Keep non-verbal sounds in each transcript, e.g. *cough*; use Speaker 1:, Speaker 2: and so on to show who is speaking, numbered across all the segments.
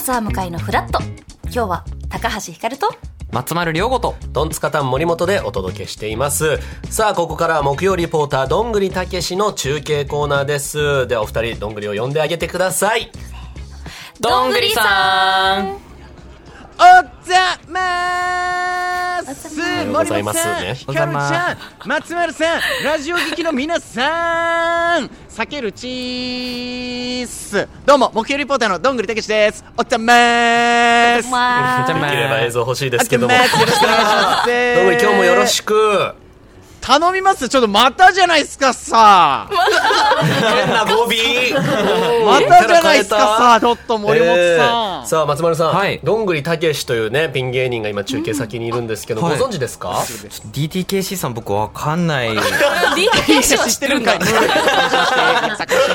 Speaker 1: 沢向かいのフラット今日は高橋ひかると
Speaker 2: 松丸亮吾と
Speaker 3: ドンツカタン森本でお届けしていますさあここからは木曜リポーターどんぐりたけしの中継コーナーですではお二人どんぐりを呼んであげてください
Speaker 1: どんぐりさ
Speaker 2: ん
Speaker 4: おざまーす
Speaker 3: うご
Speaker 4: 森
Speaker 3: ざいま
Speaker 4: 本
Speaker 3: す
Speaker 4: さん、ひ
Speaker 2: お
Speaker 4: か
Speaker 2: ざ
Speaker 4: る
Speaker 2: い
Speaker 4: ち
Speaker 2: ます
Speaker 4: ゃん、松丸さん、ラジオ劇の皆さん、避けるチーすどうも、木曜リポーターのどんぐりたけしです。おざまーすあ
Speaker 1: ま
Speaker 2: じゃあ
Speaker 1: あ
Speaker 2: ま
Speaker 3: できれば映像欲しいですけ
Speaker 4: ざ
Speaker 3: ど
Speaker 4: ま
Speaker 3: も
Speaker 4: ーすよろしくお願いします。
Speaker 3: どんぐり今日もよろし
Speaker 4: く。
Speaker 3: く
Speaker 4: 頼みます。ちょっとまたじゃないっすかさ。
Speaker 3: 変な
Speaker 4: *laughs*
Speaker 3: 語尾
Speaker 4: またじゃないっすかさ。ちょっと森本
Speaker 3: え
Speaker 4: さ
Speaker 3: ー
Speaker 4: ん。
Speaker 3: さあ松丸さん、
Speaker 2: はい
Speaker 3: どんぐりたけしというねピン芸人が今中継先にいるんですけど、
Speaker 2: うんはい
Speaker 3: ご存知ですか、
Speaker 2: DTKC さん僕わかんない
Speaker 1: DTK は
Speaker 4: 知
Speaker 1: 知 *laughs*
Speaker 4: っ
Speaker 1: ってて
Speaker 4: る
Speaker 1: る
Speaker 4: ん
Speaker 1: んか
Speaker 4: かい
Speaker 1: い。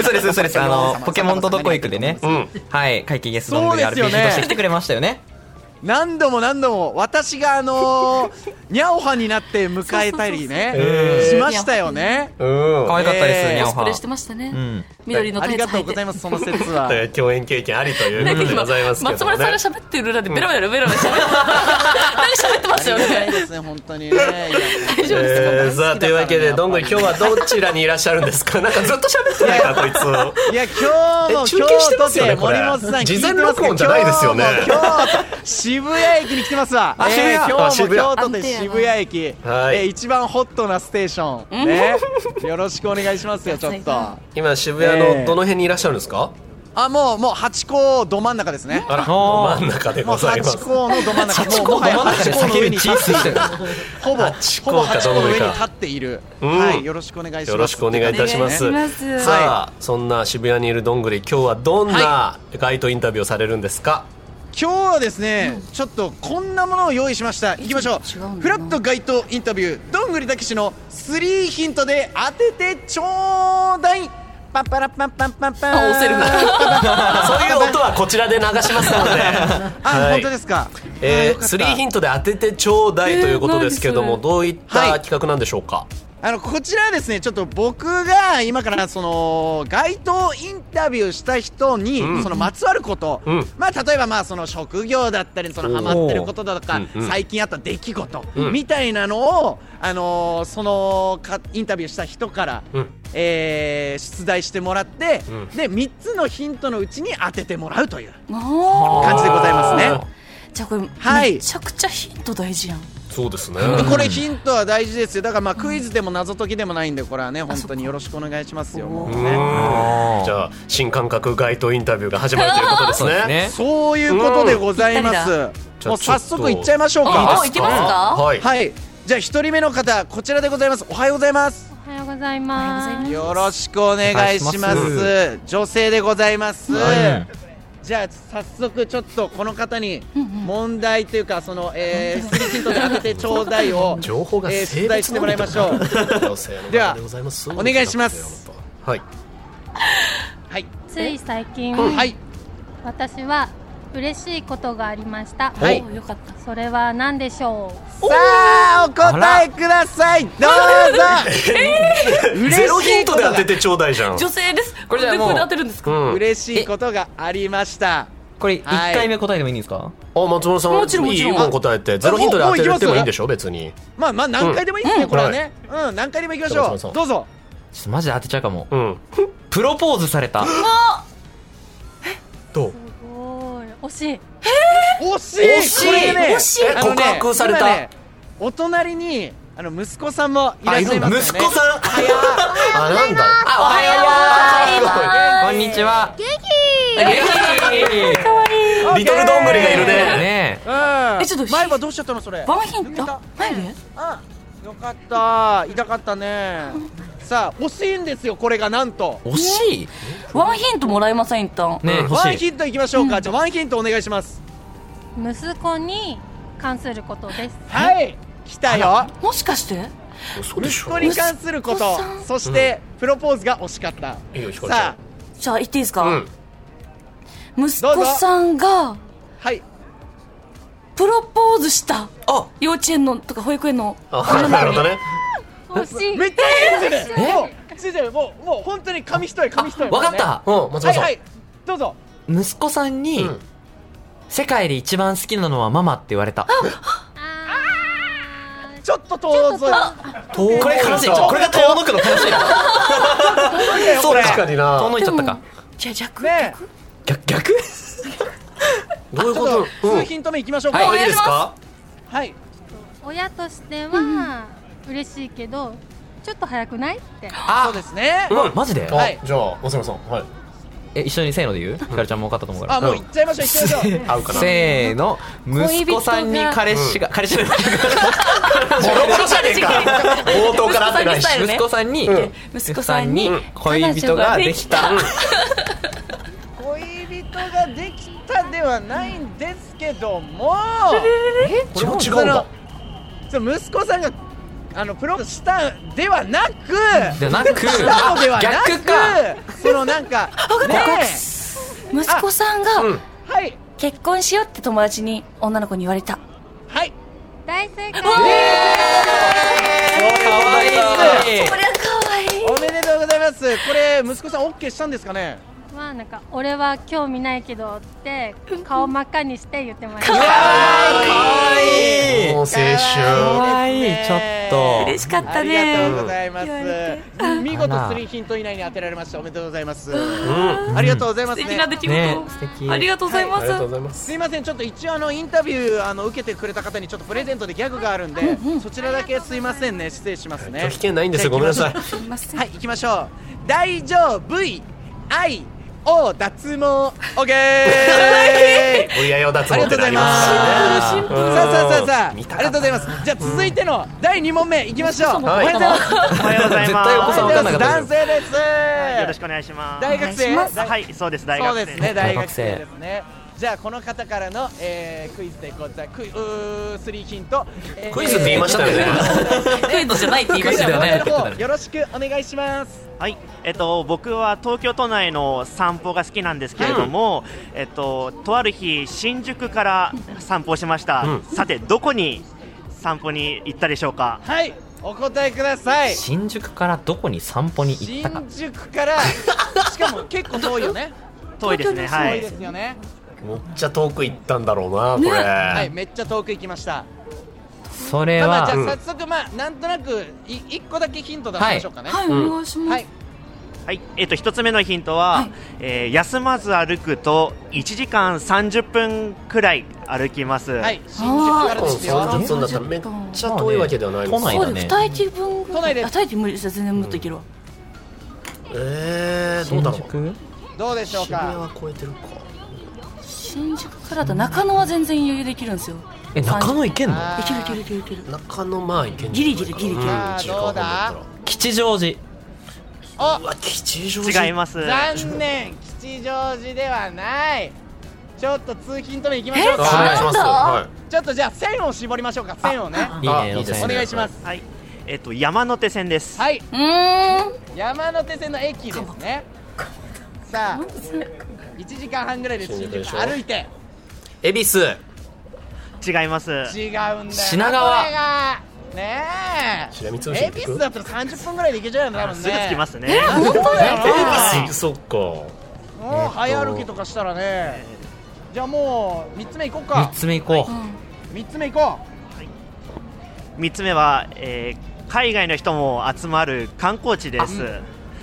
Speaker 2: 嘘です嘘ですあのポケモンとどこ行くでね
Speaker 3: うん
Speaker 2: はい会計ゲスどんぐり
Speaker 4: そうですよ
Speaker 2: RPG
Speaker 4: ね
Speaker 2: として来てくれましたよね
Speaker 4: 何度も何度も私があ
Speaker 3: *laughs*
Speaker 4: のー、にゃおはになって迎えたりね
Speaker 3: そうそうそう
Speaker 4: しましたよね。
Speaker 3: うん
Speaker 2: 可愛かったです
Speaker 4: えー
Speaker 2: ニャオ
Speaker 1: コスプ
Speaker 2: ハ
Speaker 1: レしてましたね、
Speaker 2: ん
Speaker 1: 緑の
Speaker 4: あ
Speaker 1: タ
Speaker 4: り
Speaker 1: イツ
Speaker 4: がと
Speaker 1: 履
Speaker 4: う
Speaker 1: い
Speaker 4: ご
Speaker 1: て
Speaker 4: ざいますその説
Speaker 1: *laughs*
Speaker 4: は。
Speaker 3: えー共演経験ありということでございますけど、ね、
Speaker 1: 松丸さんが喋ってる裏でベロベロベロベ
Speaker 3: *laughs*
Speaker 1: ロ喋って何喋ってま
Speaker 4: あ
Speaker 1: す
Speaker 4: りが
Speaker 1: よ
Speaker 4: たい
Speaker 1: ね
Speaker 4: ですね本当にね。いや
Speaker 1: 大丈夫ですか、
Speaker 3: えー、さあというわけでどんぐり今日はどちらにいらっしゃるんですかなんかずっと喋ってないかこいつ
Speaker 4: いや今日
Speaker 3: え
Speaker 4: の
Speaker 3: 中継してますよね
Speaker 4: 今日とて
Speaker 3: これ
Speaker 4: 森本さん聞いてますか
Speaker 3: 事前録音じゃないですよね
Speaker 4: 今日も今日渋谷駅に来てますわ。
Speaker 3: *laughs* あ渋谷
Speaker 4: えー
Speaker 3: あ
Speaker 4: 今日も
Speaker 3: 渋谷
Speaker 4: 京都で渋谷駅。え
Speaker 3: はい
Speaker 4: ー一番ホットなステーションね。よろしくお願いしますよちょっと。
Speaker 3: 今渋谷
Speaker 4: え
Speaker 3: の
Speaker 4: ー
Speaker 3: どの辺にいらっしゃるんですか、
Speaker 4: あもうもう八甲ど真ん中ですね。
Speaker 3: あら
Speaker 2: おー
Speaker 3: 真ん中で
Speaker 4: も
Speaker 3: ご
Speaker 4: う
Speaker 3: ざいま
Speaker 4: 八
Speaker 3: す
Speaker 4: 甲のど真ん中。もうもはや八甲の上に立っている。ほぼ
Speaker 3: 八甲
Speaker 4: ほ
Speaker 3: か
Speaker 4: ぼ八甲の上に
Speaker 3: どんぶりか
Speaker 4: 立っている。
Speaker 3: うん
Speaker 4: はいよろしくお願いします。
Speaker 3: よろしくお願いいたします
Speaker 1: お願いします
Speaker 3: さあそんな渋谷にいるどんぐり今日はどんな街頭インタビューをされるんですか、
Speaker 4: 今日はですね、ちょっとこんなものを用意しました行きましょう
Speaker 1: 違うんだな
Speaker 4: フラット街頭インタビューどんぐりたけしの3ヒントで当ててちょうだいパンパラパンパンパンパン
Speaker 1: あ押せるな
Speaker 3: そういう音はこちらで流しますので
Speaker 4: あ、
Speaker 3: はい
Speaker 4: 本当ですかあ
Speaker 3: え
Speaker 4: よ
Speaker 3: ー、
Speaker 4: かった
Speaker 3: 3ヒントで当ててちょうだいということですけど
Speaker 1: えー
Speaker 3: も、
Speaker 1: 何
Speaker 3: どういっ
Speaker 4: は
Speaker 3: た
Speaker 4: い
Speaker 3: 企画なんでしょうか、
Speaker 4: あのこちらはですねちょっと僕が今からその街頭インタビューした人に、
Speaker 3: うん
Speaker 4: そのまつわること、
Speaker 3: うん
Speaker 4: まあ例えばまあその職業だったりそのハマってることだとか
Speaker 3: おーうんうん
Speaker 4: 最近あった出来事、
Speaker 3: うん
Speaker 4: みたいなのをあのーそのかインタビューした人から、
Speaker 3: うん
Speaker 4: えー出題してもらって、
Speaker 3: うん
Speaker 4: で3つのヒントのうちに当ててもらうという
Speaker 1: もう
Speaker 4: 感じでございますね。
Speaker 1: じゃあこれ、
Speaker 4: はい
Speaker 1: めちゃくちゃヒント大事やん
Speaker 3: そうですね
Speaker 4: でこれヒントは大事ですよだからまあクイズでも謎解きでもないんでこれはね本当によろしくお願いしますよ。もう
Speaker 3: う
Speaker 4: ね
Speaker 3: ー
Speaker 2: あ
Speaker 3: ん
Speaker 2: ー
Speaker 3: じゃあ新感覚街頭インタビューが始まるということです
Speaker 2: そうです
Speaker 3: ね
Speaker 2: ね
Speaker 4: そういうことでございます。
Speaker 3: じゃあ
Speaker 4: もう早速行っちゃいましょう
Speaker 1: あ
Speaker 4: か。
Speaker 1: あいけますか
Speaker 3: はい、
Speaker 4: はい。じゃあ一人目の方こちらでございます。おはようございます。
Speaker 5: おはようござい
Speaker 1: おはようござい
Speaker 5: ま。
Speaker 1: ますす
Speaker 4: よろしくお願いし
Speaker 2: お
Speaker 4: ま
Speaker 2: 願いし
Speaker 4: す。女性でございます。
Speaker 2: はい
Speaker 4: じゃあ早速ちょっとこの方に
Speaker 1: んうん
Speaker 4: 問題というかそのえースリヒントで当ててちょうだいを
Speaker 3: 情報が
Speaker 4: えー出
Speaker 3: 性
Speaker 4: 題
Speaker 3: 別
Speaker 4: してもらいましょう。
Speaker 3: う
Speaker 4: では
Speaker 3: お
Speaker 4: お願いします
Speaker 3: はい
Speaker 4: はい。
Speaker 5: つい最近、
Speaker 4: はい。
Speaker 5: 私は嬉しいことがありました。
Speaker 4: はい
Speaker 1: およかった
Speaker 5: それは何でしょう。
Speaker 4: さあお答えください。どうぞ。嬉し
Speaker 3: ゼロヒ
Speaker 4: い
Speaker 3: ン
Speaker 4: こ
Speaker 3: ト
Speaker 4: と
Speaker 3: で
Speaker 4: が
Speaker 3: 当ててちょうだいじゃん
Speaker 1: 女性ですこれ
Speaker 2: じゃあ
Speaker 1: で
Speaker 2: もう
Speaker 1: これで当てるんですか、
Speaker 3: うん
Speaker 4: 嬉しいことがありました。
Speaker 2: これ一回目答えてもいいんですか
Speaker 3: あ松本さん
Speaker 1: もちろんもちろん
Speaker 3: いいもん答えてゼロヒントで当ててもいいんでしょ別に
Speaker 4: まあまあ何回でもいいですね、これはね、うん、何回でも行きましょ
Speaker 3: そううそうそう
Speaker 4: どうぞ
Speaker 2: ちょっとマジで当てちゃうかも
Speaker 3: うん
Speaker 2: プロポーズされた
Speaker 3: どう
Speaker 5: すごい。惜しい。
Speaker 4: 惜しい
Speaker 3: 惜しい
Speaker 4: これね
Speaker 3: 惜しい
Speaker 4: あのね
Speaker 3: 告白された
Speaker 4: 今ねお隣にあの息子さんもいらっしゃいますよね
Speaker 3: 息子さん
Speaker 4: はや
Speaker 3: あなんだあ
Speaker 2: おはよ
Speaker 3: うございま
Speaker 2: *laughs* こんにちは
Speaker 4: ー
Speaker 3: リトルどんぐりがいるね
Speaker 2: ね
Speaker 4: うん
Speaker 1: えちょっと
Speaker 4: 前はどうしちゃったのそれ
Speaker 1: ワンヒン
Speaker 4: 抜けた
Speaker 1: ト眉毛
Speaker 4: あよかった痛かったねさあ惜しいんですよこれがなんと
Speaker 2: 惜しい
Speaker 1: ワンヒントもらえません一旦
Speaker 2: ね
Speaker 3: うん
Speaker 2: 欲
Speaker 4: ワン
Speaker 2: しい
Speaker 4: ヒントいきましょうか、じゃあワンヒントお願いします
Speaker 5: 息子に関することです。
Speaker 4: はい来たよ
Speaker 1: もしかして
Speaker 3: 嘘でし
Speaker 4: 息
Speaker 3: ょ
Speaker 4: 子に関すること
Speaker 1: 息子さん
Speaker 4: そして、プロポーズが惜しかった
Speaker 3: いいよひかるちゃん
Speaker 4: さ
Speaker 1: じゃあ言っていいですか、
Speaker 3: うん
Speaker 1: 息子さんが
Speaker 4: あはい
Speaker 1: プロポーズした
Speaker 3: あ
Speaker 1: 幼稚園のとか保育園の
Speaker 3: あなるほどね
Speaker 5: 惜し
Speaker 4: *laughs*
Speaker 5: い。
Speaker 4: めっちゃいいですね。もう、先生、もう、もう本当に紙一重、紙一重。
Speaker 2: わかっ
Speaker 4: も
Speaker 2: た
Speaker 3: うん松
Speaker 4: うね。は
Speaker 3: 本
Speaker 4: い
Speaker 3: さん
Speaker 4: はい。どうぞ。
Speaker 2: 息子さんに
Speaker 3: うん
Speaker 2: 世界で一番好きなのはママって言われた。
Speaker 5: あー
Speaker 4: ちょっと遠ざ
Speaker 3: これ
Speaker 2: これ悲しい。これが遠のくの悲しい。そう
Speaker 3: 確かにな
Speaker 2: 遠のいちゃったか。
Speaker 1: じゃあ弱
Speaker 4: ね
Speaker 3: 逆逆どういう
Speaker 4: ちょっ
Speaker 3: こと
Speaker 4: と
Speaker 3: うん
Speaker 4: 数ヒント目いきましょうか
Speaker 2: はい
Speaker 3: いいですか
Speaker 4: はい
Speaker 5: 親としては嬉しいけどちょっと早くないって
Speaker 4: そうですね
Speaker 3: うん
Speaker 2: マジで
Speaker 3: あ
Speaker 4: はい
Speaker 3: じゃあ松村さんはい
Speaker 2: え、一緒にせーので言うひかるちゃんも分かったと思うか
Speaker 4: あ
Speaker 2: ら。
Speaker 4: もういっちゃいましょういっちゃいましょう
Speaker 3: 合うかな
Speaker 2: せーの、
Speaker 1: 恋
Speaker 2: 息
Speaker 1: 人が
Speaker 2: 子さんに彼氏が、彼氏じゃない
Speaker 3: ボロボロじゃねえか冒頭から合ってないし
Speaker 1: 息子さんにしたいよね
Speaker 2: 息子さんに、
Speaker 3: うん
Speaker 1: 息子さんに
Speaker 2: 恋人ができた。
Speaker 4: 恋人ができたではないんですけども
Speaker 3: これも違うんだ
Speaker 4: その息子さんがあのプロポーズしたではなく
Speaker 2: じゃなく、
Speaker 4: したのではなく
Speaker 2: 逆か。
Speaker 4: そのなんかね
Speaker 1: 息子さん
Speaker 3: うん
Speaker 1: が
Speaker 4: えはい
Speaker 1: 結婚しようって友達に女の子に言われた
Speaker 4: はい
Speaker 5: 大正解
Speaker 1: こ。れは
Speaker 2: かわいい
Speaker 1: 可愛い
Speaker 4: おめでとうございますこれ息子さんオッケーしたんですかね
Speaker 5: まあなんか俺は興味ないけどって顔真っ赤にして言ってました
Speaker 3: もう青
Speaker 2: か
Speaker 3: 春
Speaker 2: わいい、ちょっと。
Speaker 1: 嬉しかったね
Speaker 4: ありがとうございます
Speaker 1: 言われ
Speaker 4: 見
Speaker 2: あ
Speaker 4: 事
Speaker 2: ら
Speaker 4: 3ヒント以内に当てられましたおめでとうございます
Speaker 3: うん
Speaker 4: ありがとうございま
Speaker 1: 素
Speaker 4: す
Speaker 1: 敵
Speaker 4: ね
Speaker 1: な出来事、
Speaker 2: ね素敵
Speaker 1: ありがとうござい
Speaker 3: あ
Speaker 1: ま
Speaker 3: り
Speaker 1: す、
Speaker 3: がとうございます
Speaker 4: すいませんちょっと一応あのインタビューあの受けてくれた方にちょっとプレゼントでギャグがあるんで、そちらだけすいませんね失礼しますね
Speaker 3: 拒否権ないんですよごめんなさい
Speaker 1: すいません
Speaker 4: はい行きましょう大丈夫い愛を脱毛オッケー
Speaker 3: 無理やよ脱
Speaker 4: ありが
Speaker 3: 毛っ
Speaker 4: と
Speaker 3: て
Speaker 4: うござ
Speaker 3: な
Speaker 4: い
Speaker 3: り
Speaker 4: ま
Speaker 3: ますす
Speaker 4: シ
Speaker 3: ね
Speaker 4: ンプルさあさあさあさああ
Speaker 3: うん
Speaker 4: り
Speaker 3: 見た
Speaker 4: が
Speaker 3: か
Speaker 4: と
Speaker 3: っ
Speaker 4: う
Speaker 3: た
Speaker 4: ございますじゃあ続いての第二問目行きましょうお
Speaker 3: は
Speaker 4: め
Speaker 3: い
Speaker 4: でとうございます
Speaker 6: おはようござい
Speaker 2: 絶
Speaker 6: ます。
Speaker 2: 対お子さん分かんなかった
Speaker 4: 男性です
Speaker 6: よろしくお願いします。
Speaker 4: 大学生
Speaker 1: お願いし
Speaker 6: はい、そうです。大
Speaker 4: そう
Speaker 6: 学生
Speaker 4: ですね大
Speaker 2: 大
Speaker 4: 学
Speaker 2: 学
Speaker 4: 生
Speaker 2: 生
Speaker 4: ですねじゃあこの方からの、えー、クイズでございクイうースリーヒント、えー
Speaker 3: クイズって言いましたよね
Speaker 1: クイズじゃないって言いま
Speaker 4: クイ
Speaker 1: し
Speaker 4: ズ
Speaker 1: た
Speaker 4: の
Speaker 1: よね
Speaker 4: 問題の方よろしくお願いします
Speaker 6: はい、えっと、僕は東京都内の散歩が好きなんですけれども。えっと、とある日、新宿から散歩しました。
Speaker 3: うん
Speaker 6: さて、どこに散歩に行ったでしょうか。
Speaker 4: はいお答えください
Speaker 2: 新宿からどこに散歩に行っ
Speaker 4: 新
Speaker 2: たか。
Speaker 4: 宿からしかも結構遠いよ
Speaker 3: *laughs*
Speaker 4: ね
Speaker 6: 遠いですね。は
Speaker 4: 遠い
Speaker 6: い
Speaker 4: で。すよね
Speaker 3: めっちゃ遠く行ったんだろうなこれ
Speaker 4: はいめっちゃ遠く行きました
Speaker 2: それ
Speaker 4: まあまあ、じ
Speaker 2: は、
Speaker 4: ゃあ早速まあなんとなくい一個だけヒント出しましょうかね
Speaker 1: はい、
Speaker 3: うん
Speaker 1: お願いします、
Speaker 4: はい
Speaker 6: はい、えっと、一つ目のヒントは、
Speaker 1: はい
Speaker 6: えー休まず歩くと、一時間三十分くらい歩きます。
Speaker 4: はい新宿からですよ
Speaker 3: そんなそんなだったらめっちゃ遠いわけではないです
Speaker 2: 都内
Speaker 1: そう
Speaker 2: だ
Speaker 1: です
Speaker 2: ね。
Speaker 1: 二駅分ぐらい
Speaker 4: 都内です
Speaker 1: あ二駅無理ですよ全然もっといけるわ、
Speaker 3: えーどうだ
Speaker 2: 新
Speaker 3: ろう
Speaker 2: 宿
Speaker 4: どうでしょう
Speaker 3: 渋谷
Speaker 4: か
Speaker 3: は超えてるか
Speaker 1: 新宿からだ中野は全然余裕できるんですよ
Speaker 2: え、中野行けんの
Speaker 4: あ
Speaker 1: いけるい
Speaker 4: ー
Speaker 1: けるいけるいける
Speaker 3: 中野まあ行けんじゃな
Speaker 1: ギリ
Speaker 3: いかな
Speaker 1: ギリギリギリ
Speaker 3: うん
Speaker 4: あーどうだ
Speaker 2: 吉祥寺。
Speaker 4: あ
Speaker 3: うわ吉祥寺
Speaker 6: 違います。
Speaker 4: 残念吉祥寺ではないちょっと通勤と目いきましょう
Speaker 3: あお願いし
Speaker 4: か
Speaker 3: ますは
Speaker 4: ちょっとじゃあ線を絞りましょうか線をね
Speaker 2: いい
Speaker 3: あ
Speaker 2: ね、
Speaker 3: いいです
Speaker 4: お
Speaker 3: ね
Speaker 4: 願いします
Speaker 6: はい、えっと、山手線です。
Speaker 4: はいう
Speaker 1: ーん
Speaker 4: 山手線の駅ですねさあ1時間半ぐらいで新宿から歩いて
Speaker 3: い恵比寿
Speaker 6: 違います。
Speaker 4: 違うんだよな
Speaker 2: 品川
Speaker 4: これがね
Speaker 3: 白三つ
Speaker 4: え
Speaker 3: 星
Speaker 4: 恵比寿だったら30分ぐらいで行けちゃうよね多分ね
Speaker 6: すぐ着きますね。
Speaker 3: 恵比寿そっか
Speaker 4: もう早歩きとかしたらねじゃあもう3つ目行こう
Speaker 2: 三
Speaker 4: か
Speaker 2: つ目行こ
Speaker 4: 3つ目行こ
Speaker 6: 3つ目は、えー海外の人も集まる観光地です、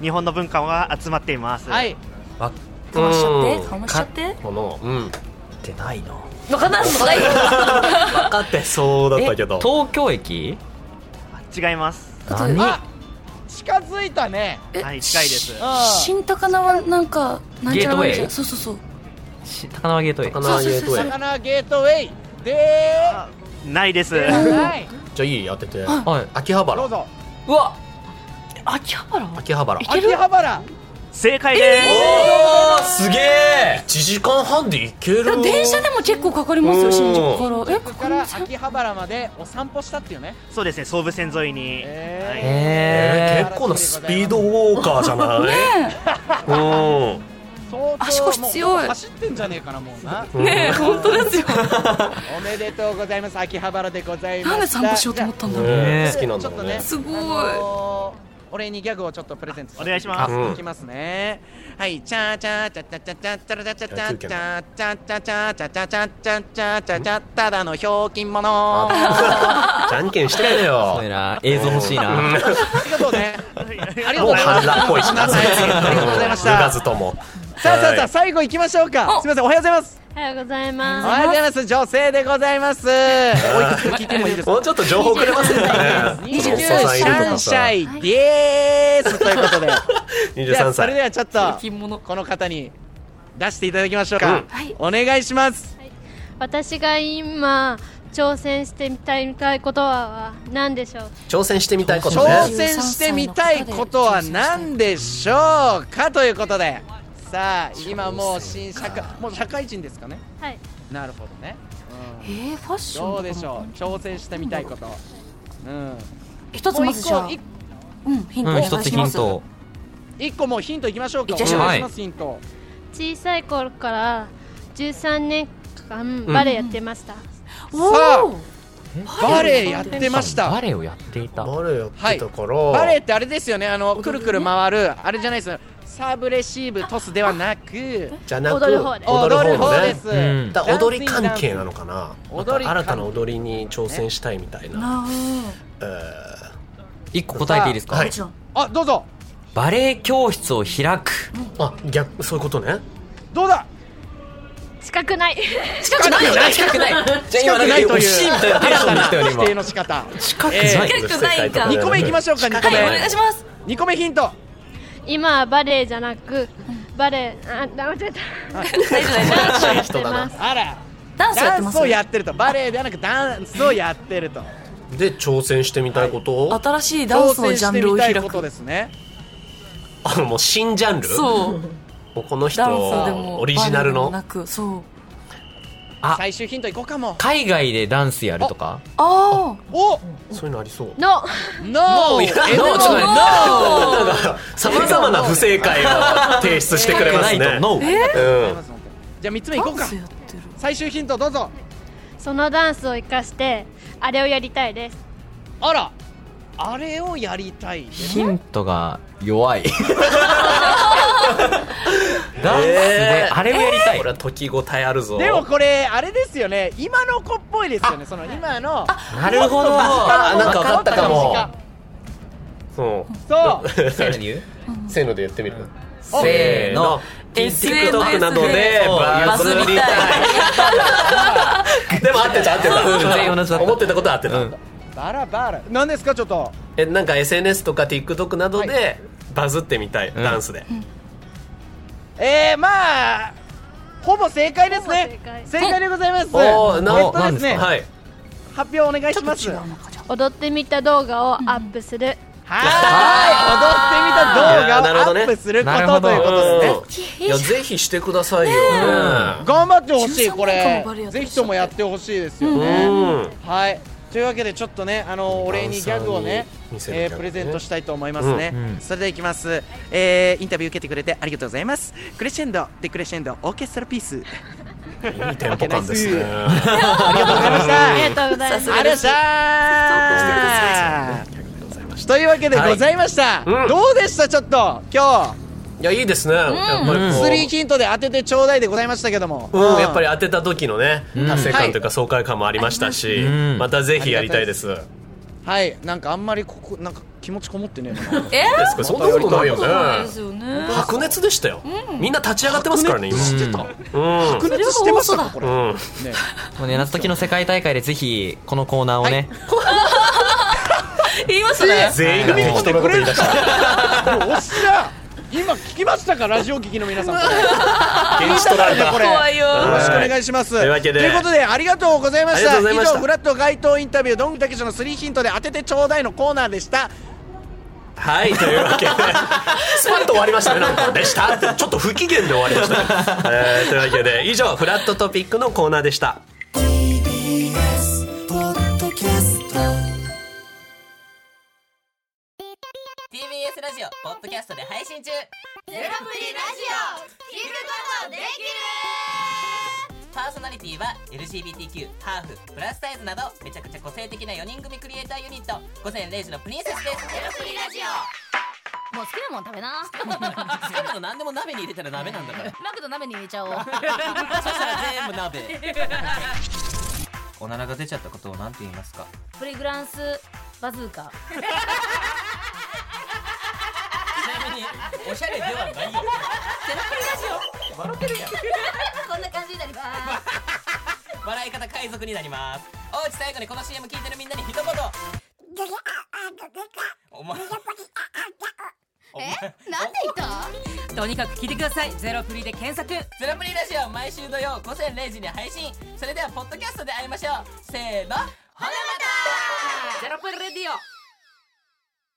Speaker 6: 日本の文化が集まっています、
Speaker 4: うはい
Speaker 2: わっ
Speaker 1: かましちゃっ
Speaker 3: う
Speaker 1: て
Speaker 3: ん
Speaker 1: かましちゃって
Speaker 3: このうん
Speaker 2: てないな。
Speaker 1: わかんないもんないよ
Speaker 3: 分かってそうだったけど
Speaker 2: え東京駅
Speaker 6: 違います
Speaker 2: 何
Speaker 4: あ近づいたね
Speaker 6: はい近いです
Speaker 4: うん
Speaker 1: 新高菜はなんかなんちゃらなんちゃ
Speaker 2: ゲートウェ
Speaker 1: ら
Speaker 2: イ
Speaker 1: そうそうそう
Speaker 2: し高輪ゲートウェイ。
Speaker 3: 花ゲートウェイ
Speaker 4: 魚ゲートウェイで
Speaker 6: あないです
Speaker 4: ーはい
Speaker 3: じゃあいい当てて
Speaker 2: はい。
Speaker 3: 秋葉
Speaker 4: どう
Speaker 3: 原
Speaker 4: ぞ
Speaker 2: うわ
Speaker 1: 秋葉原
Speaker 3: 秋葉原
Speaker 1: ける
Speaker 4: 秋葉原
Speaker 6: 正解で
Speaker 2: お
Speaker 6: す、
Speaker 2: ーすげえ
Speaker 3: 1時間半で行ける
Speaker 1: 電車でも結構かかります
Speaker 3: う
Speaker 1: よ
Speaker 3: ん
Speaker 1: 新宿からえか
Speaker 4: ここ
Speaker 1: か
Speaker 4: か
Speaker 1: り
Speaker 4: ら
Speaker 1: ません
Speaker 4: 秋葉原までお散歩したっていうね
Speaker 6: そうですね総武線沿いに、
Speaker 4: え
Speaker 3: えー
Speaker 2: へ
Speaker 4: ー
Speaker 3: 結構なスピードウォーカーじゃないうん
Speaker 4: 相当
Speaker 1: 足腰強い
Speaker 4: もう走ってんじゃねえかなもうな
Speaker 1: ねえ本当ですよ
Speaker 4: おめでとうございます秋葉原でございます
Speaker 1: なんで散歩しようと思ったんだろう
Speaker 3: ね
Speaker 4: じゃあ
Speaker 3: 好きなんだろうね
Speaker 4: ちょっとね
Speaker 1: すごい
Speaker 4: あのーお礼にギャグをちょっとプレゼントさ
Speaker 6: お
Speaker 4: せて
Speaker 6: 願いします
Speaker 3: あうん
Speaker 4: いきますね。はい、チャーチャーチャチャチャチャチャラチャチャチャチャチャチャチャチャチャチャチャチャチャただのひょうきん者。あ
Speaker 3: じゃんけんしてやれよ
Speaker 2: そうやな映像欲しいな
Speaker 4: りがとうね。ありがとう
Speaker 3: もう
Speaker 4: ございま
Speaker 3: 半
Speaker 4: す。
Speaker 3: 裸っぽいしな
Speaker 4: ありがとうございました
Speaker 3: 脱がずとも
Speaker 4: さあさあさ
Speaker 3: は
Speaker 4: あ最後行きましょうか。すみませんおはようございます。
Speaker 5: おはようござい
Speaker 4: お
Speaker 5: ます
Speaker 4: はようございます女性でございます。おいくつ聞いてもいいで
Speaker 3: い
Speaker 4: すか。
Speaker 3: もうちょっと情報くれませんかね
Speaker 4: 二十三歳ですということで。じゃ
Speaker 3: 23
Speaker 4: あそれで
Speaker 3: 歳
Speaker 4: はちょっと
Speaker 1: 金物
Speaker 4: この方に出していただきましょうか。
Speaker 5: う
Speaker 4: お願いします。
Speaker 5: 私が今挑戦してみたいことは何でしょう
Speaker 3: 挑戦してみたいこと
Speaker 4: 挑
Speaker 3: ね
Speaker 4: 戦してみたいことは何でしょうかということでさあ今もう新社会もう社会人ですかね
Speaker 5: はい
Speaker 4: なるほどね、
Speaker 1: えー、ファッション
Speaker 4: どうでしょう挑戦してみたいことうん
Speaker 1: う一つ
Speaker 4: もう
Speaker 1: まず
Speaker 4: 一
Speaker 1: じゃ
Speaker 4: 個
Speaker 1: あ
Speaker 4: 一
Speaker 1: うんヒントお
Speaker 2: うん
Speaker 1: 願いし
Speaker 2: 一
Speaker 1: ます
Speaker 2: つヒントを
Speaker 4: 一個もうヒントいきましょうか
Speaker 1: い
Speaker 4: お
Speaker 1: っちゃいましょう
Speaker 4: 願いしますヒント
Speaker 5: 小さい頃から13年間バレエやってました、
Speaker 1: おー
Speaker 4: バレエやってまし
Speaker 2: バ
Speaker 4: た
Speaker 2: レエをやっていた
Speaker 3: バレーやってたから
Speaker 4: バレエってあれですよねあのくるくる回るあれじゃないですよサーブレシーブトスではなく
Speaker 3: じゃなく
Speaker 5: 踊る方で
Speaker 4: 踊る方で
Speaker 3: ね
Speaker 4: す、
Speaker 2: うん
Speaker 3: だから踊り関係なのかな
Speaker 4: 踊り関係
Speaker 3: また新たな踊りに挑戦したいみたいな、
Speaker 1: な
Speaker 3: え
Speaker 2: 一個答えていいです
Speaker 3: は
Speaker 2: か
Speaker 3: い
Speaker 1: ちろん
Speaker 4: あどうぞ
Speaker 2: バレエ教室を開く
Speaker 3: ーあ逆そういうことね
Speaker 4: どうだ
Speaker 5: 近
Speaker 3: *laughs*
Speaker 5: くない
Speaker 1: 近くないよね近くない
Speaker 2: じ
Speaker 4: 近くないという
Speaker 2: よ
Speaker 4: 指定の仕方
Speaker 2: 近くない
Speaker 4: えー
Speaker 1: 近くないか
Speaker 3: 正解と
Speaker 4: 2個目いきましょうか2個
Speaker 1: は
Speaker 4: 目、
Speaker 1: いお願いします
Speaker 4: 2個目ヒント
Speaker 5: 今はバレエじゃなくバレエあ間違えた
Speaker 1: 大丈夫大丈
Speaker 5: ダンスをやっ
Speaker 3: 人
Speaker 5: て
Speaker 3: だな
Speaker 5: ます
Speaker 4: あら
Speaker 1: ダンスやっ
Speaker 4: ダ
Speaker 1: て
Speaker 4: ン
Speaker 1: ま
Speaker 4: スを
Speaker 1: す
Speaker 4: やってるとバレエではなくダンスをやってると
Speaker 3: で挑戦してみたいことを
Speaker 1: 新しいダン
Speaker 4: 挑
Speaker 1: スの
Speaker 4: 戦
Speaker 1: ジャ
Speaker 4: して
Speaker 1: ンルを
Speaker 4: みた
Speaker 1: 開
Speaker 4: いこと
Speaker 1: く
Speaker 4: ですね
Speaker 3: あもう新ジャンル
Speaker 1: そう
Speaker 3: もうこの人
Speaker 1: ダンスでも
Speaker 3: オリジナ
Speaker 1: バレエ
Speaker 3: ル
Speaker 1: でも
Speaker 3: の
Speaker 1: なくそう
Speaker 2: あ
Speaker 4: 最終ヒントいこうかも
Speaker 2: 海外でダンスやるとか
Speaker 1: あ
Speaker 4: お
Speaker 3: そういうのありそう
Speaker 5: *laughs* の
Speaker 4: NO!
Speaker 2: い
Speaker 4: NO!
Speaker 2: やノーちょっと待って
Speaker 3: さまざまな不正解を提出してくれます
Speaker 2: な
Speaker 3: ね
Speaker 2: いとノー
Speaker 3: うん
Speaker 4: じゃあ3つ目い
Speaker 1: ー
Speaker 4: こう
Speaker 1: ダ
Speaker 4: か
Speaker 1: ンスやってる
Speaker 4: 最終ヒントどうぞ
Speaker 5: そのダンスを生かしてあれをやりたいです
Speaker 4: あらあれをやりたいです
Speaker 2: ヒントが
Speaker 3: *laughs*
Speaker 2: 弱いダンスであれをやりたい
Speaker 3: これは解き応えあるぞ
Speaker 4: でもこれあれですよね今の子っぽいですよねその今の
Speaker 2: なるほど
Speaker 3: あなんか分かったかもそ
Speaker 4: そう
Speaker 3: う
Speaker 2: せーので言う
Speaker 3: せーのでやってみる
Speaker 2: せーの
Speaker 3: TikTok などでバズりたいでも合ってた合って *laughs*
Speaker 2: うん全員同じ
Speaker 3: た
Speaker 2: だった
Speaker 3: 思ってたことは合って
Speaker 2: う
Speaker 3: た
Speaker 2: ん
Speaker 4: バラバラ何ですかちょっと
Speaker 3: えなんか SNS とか TikTok などでバズってみたい
Speaker 2: うん
Speaker 3: ダンスで
Speaker 4: えー、まあほぼ正解ですね
Speaker 5: ほぼ正解
Speaker 4: 正解でございます
Speaker 3: おーな
Speaker 4: えっとですね、
Speaker 2: な
Speaker 3: はい
Speaker 4: 発表お願いします
Speaker 1: ちょっと違
Speaker 4: は
Speaker 1: うのかじゃ
Speaker 5: 踊ってみた動画をアップする、
Speaker 4: ーい踊ってみた
Speaker 3: いやー
Speaker 4: 動
Speaker 3: なるほ
Speaker 4: 画を
Speaker 3: ど
Speaker 4: ア
Speaker 3: ね
Speaker 4: ップすること
Speaker 2: なるほど
Speaker 4: ということですね
Speaker 3: うんいやぜひしてくださいよね
Speaker 4: 頑張ってほしい
Speaker 1: 13年間
Speaker 4: こ
Speaker 1: も
Speaker 4: れ
Speaker 1: バレエやってらっ
Speaker 4: ぜ
Speaker 1: しゃって
Speaker 4: ひともやってほしいですよ
Speaker 3: う
Speaker 4: ね、
Speaker 3: ん
Speaker 4: はいというわけでちょっとねあのお礼にギャグをね
Speaker 3: 見せるギャ
Speaker 4: え
Speaker 3: グ
Speaker 4: ー
Speaker 3: ね
Speaker 4: プレゼントしたいと思いますね、
Speaker 2: うんうん
Speaker 4: それではいきます、えーインタビュー受けてくれてありがとうございますクレッシェンドでクレッシェンドオーケストラピー
Speaker 3: *laughs*
Speaker 4: ス
Speaker 3: いいテンポ感ですね
Speaker 4: ありがとうございました
Speaker 5: ありがとうございま
Speaker 1: さ
Speaker 5: す
Speaker 1: すが
Speaker 4: ありがとうございましたというわけでございました、
Speaker 3: はいうん
Speaker 4: どうでしたちょっと今
Speaker 3: いやいいですね、やっぱり
Speaker 4: 日
Speaker 3: こう
Speaker 4: スリーヒントで当ててちょうだいでございましたけども、
Speaker 3: うん、やっぱり当てた時のね
Speaker 2: ん
Speaker 3: 達成感というか爽快感もありましたし、
Speaker 2: うん
Speaker 3: またぜひやりたいです
Speaker 4: はいなんかあんまりここなんか気持ちこもってねえな
Speaker 1: あえ
Speaker 3: ですかそんなことないよ
Speaker 1: そう
Speaker 3: ね
Speaker 1: ですよね
Speaker 3: 白熱でしたよ、みんな立ち上がってますからね今
Speaker 2: してた
Speaker 3: うん
Speaker 4: 白熱してましたかこれ、ね
Speaker 3: うん、
Speaker 2: もうね夏時の世界大会でぜひこのコーナーをね
Speaker 1: 言いましたね
Speaker 3: 全員が適当なこと言い出した
Speaker 4: えおっしゃ今聞きましたかラジオ聞きの皆さんこれ
Speaker 3: 現地取られ *laughs* た
Speaker 4: これ
Speaker 1: 怖いよ
Speaker 4: よろしくお願いします。
Speaker 3: はいというわけで
Speaker 4: ということでありがとうございまし
Speaker 3: あ
Speaker 4: た。
Speaker 3: りがとうございました
Speaker 4: 以上フラット街頭インタビュードングタケシの3ヒントで当ててちょうだいのコーナーでした。
Speaker 3: はいというわけでスパッと終わりましたねなんかでしたってちょっと不機嫌で終わりました、ねえーというわけで以上フラットトピックのコーナーでした
Speaker 7: パーソナリティは LGBTQ ハーフプラスサイズなどめちゃくちゃ個性的な4人組クリエイターユニット午前0時のプリンセスですゼロプリラジオ
Speaker 1: もう好きなもん食べな *laughs*
Speaker 2: 好きなの何でも鍋に入れたら鍋なんだから。
Speaker 1: マクド鍋に入れちゃおう
Speaker 2: そしたら全部鍋。
Speaker 8: おならが出ちゃったことをなんて言いますか
Speaker 1: プリグランスバズーカ
Speaker 2: ちなみに、おしゃれではないよ。
Speaker 1: こんな感じになります
Speaker 2: 笑い方海賊になります。おうち最後にこの CM 聞いてるみんなに一言。お前、お前、
Speaker 1: なんで言った
Speaker 9: とにかく聞いてくださいゼロフリで検索
Speaker 2: ゼロプリラジオ毎週土曜午前0時に配信。それではポッドキャストで会いましょう。せーの、ほなまた
Speaker 9: ゼロプリレディオ